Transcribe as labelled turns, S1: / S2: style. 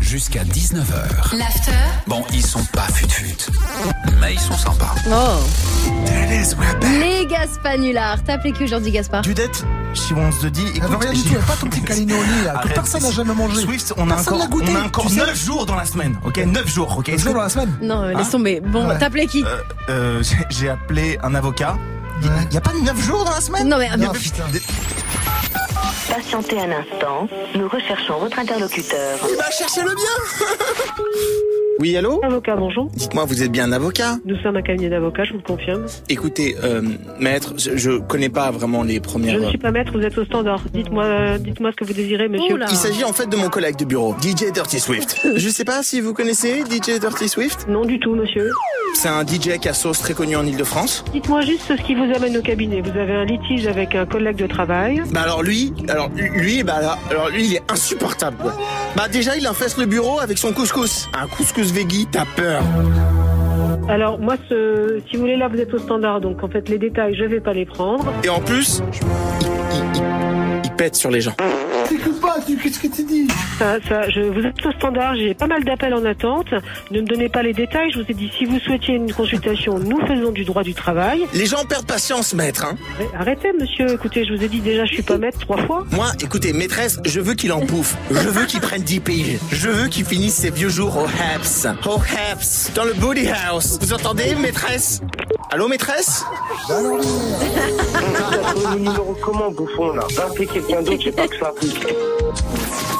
S1: jusqu'à 19h.
S2: L'after.
S1: Bon, ils sont pas fut-fut, mais ils sont sympas.
S3: Oh.
S4: Eh,
S1: Thérèse Weber.
S3: Les Gaspanulars. T'as appelé qui aujourd'hui, Gaspard
S5: Dudette, si on se dit,
S4: Elle veut
S5: écoute,
S4: rien du
S5: j'ai-
S4: tout, elle a pas ton petit calinoni là, que
S5: Arrête.
S4: personne n'a jamais mangé.
S5: Swift, on a
S4: Personne
S5: encore,
S4: l'a goûté,
S5: on a encore
S4: tu sais.
S5: 9 jours dans la semaine, ok 9 jours, ok
S4: Est-ce que dans la semaine
S3: Non, euh, laisse tomber. Bon,
S4: Ouais.
S3: t'as appelé qui
S5: Euh, euh, j'ai- J'ai appelé un avocat. Il
S4: Ouais.
S5: n'y a pas 9 jours dans la semaine Ah,
S3: Non, mais.
S4: Non, putain.
S6: Patientez un instant, nous recherchons votre interlocuteur.
S5: Il va chercher le bien Oui, allô
S7: Avocat, bonjour.
S5: Dites-moi, vous êtes bien un avocat
S7: Nous sommes un cabinet d'avocats, je vous le confirme.
S5: Écoutez, euh, maître, je, je connais pas vraiment les
S7: Je
S5: premières... euh,
S7: ne suis pas maître, vous êtes au standard. Dites-moi euh, dites-moi ce que vous désirez, monsieur.
S3: Oula.
S5: Il s'agit en fait de mon collègue de bureau, DJ Dirty Swift. Je sais pas si vous connaissez DJ Dirty Swift.
S7: Non, du tout, monsieur.
S5: C'est un DJ qui a sauce très connu en Ile-de-France.
S7: Dites-moi juste ce qui vous amène au cabinet. Vous avez un litige avec un collègue de travail.
S5: Bah alors lui, alors lui, bah là- alors lui il est insupportable. quoi. Bah déjà il infeste le bureau avec son couscous. Un couscous veggie, t'as peur.
S7: Alors, moi, ce, si vous voulez, là, vous êtes au standard. Donc, en fait, les détails, je ne vais pas les prendre.
S5: Et en plus, il, il- il- il pète sur les gens.
S4: T'écoutes pas, tu- qu'est-ce que tu dis
S7: Ça, ça, je, vous êtes au standard, j'ai pas mal d'appels en attente. Ne me donnez pas les détails. Je vous ai dit, si vous souhaitiez une consultation, nous faisons du droit du travail.
S5: Les gens perdent patience, maître. Hein.
S7: Arrêtez, monsieur. Écoutez, je vous ai dit déjà, je suis pas maître trois fois.
S5: Moi, écoutez, maîtresse, je veux qu'il en pouffe. Je veux qu'il prenne 10 piges. Je veux qu'il finisse ses vieux jours au Haps. Au Haps. Dans le Booty House. Vous entendez, maîtresse Allô, maîtresse
S8: Vous avez trouvé le numéro comment, bouffon, là Va appeler quelqu'un d'autre, j'ai pas que ça.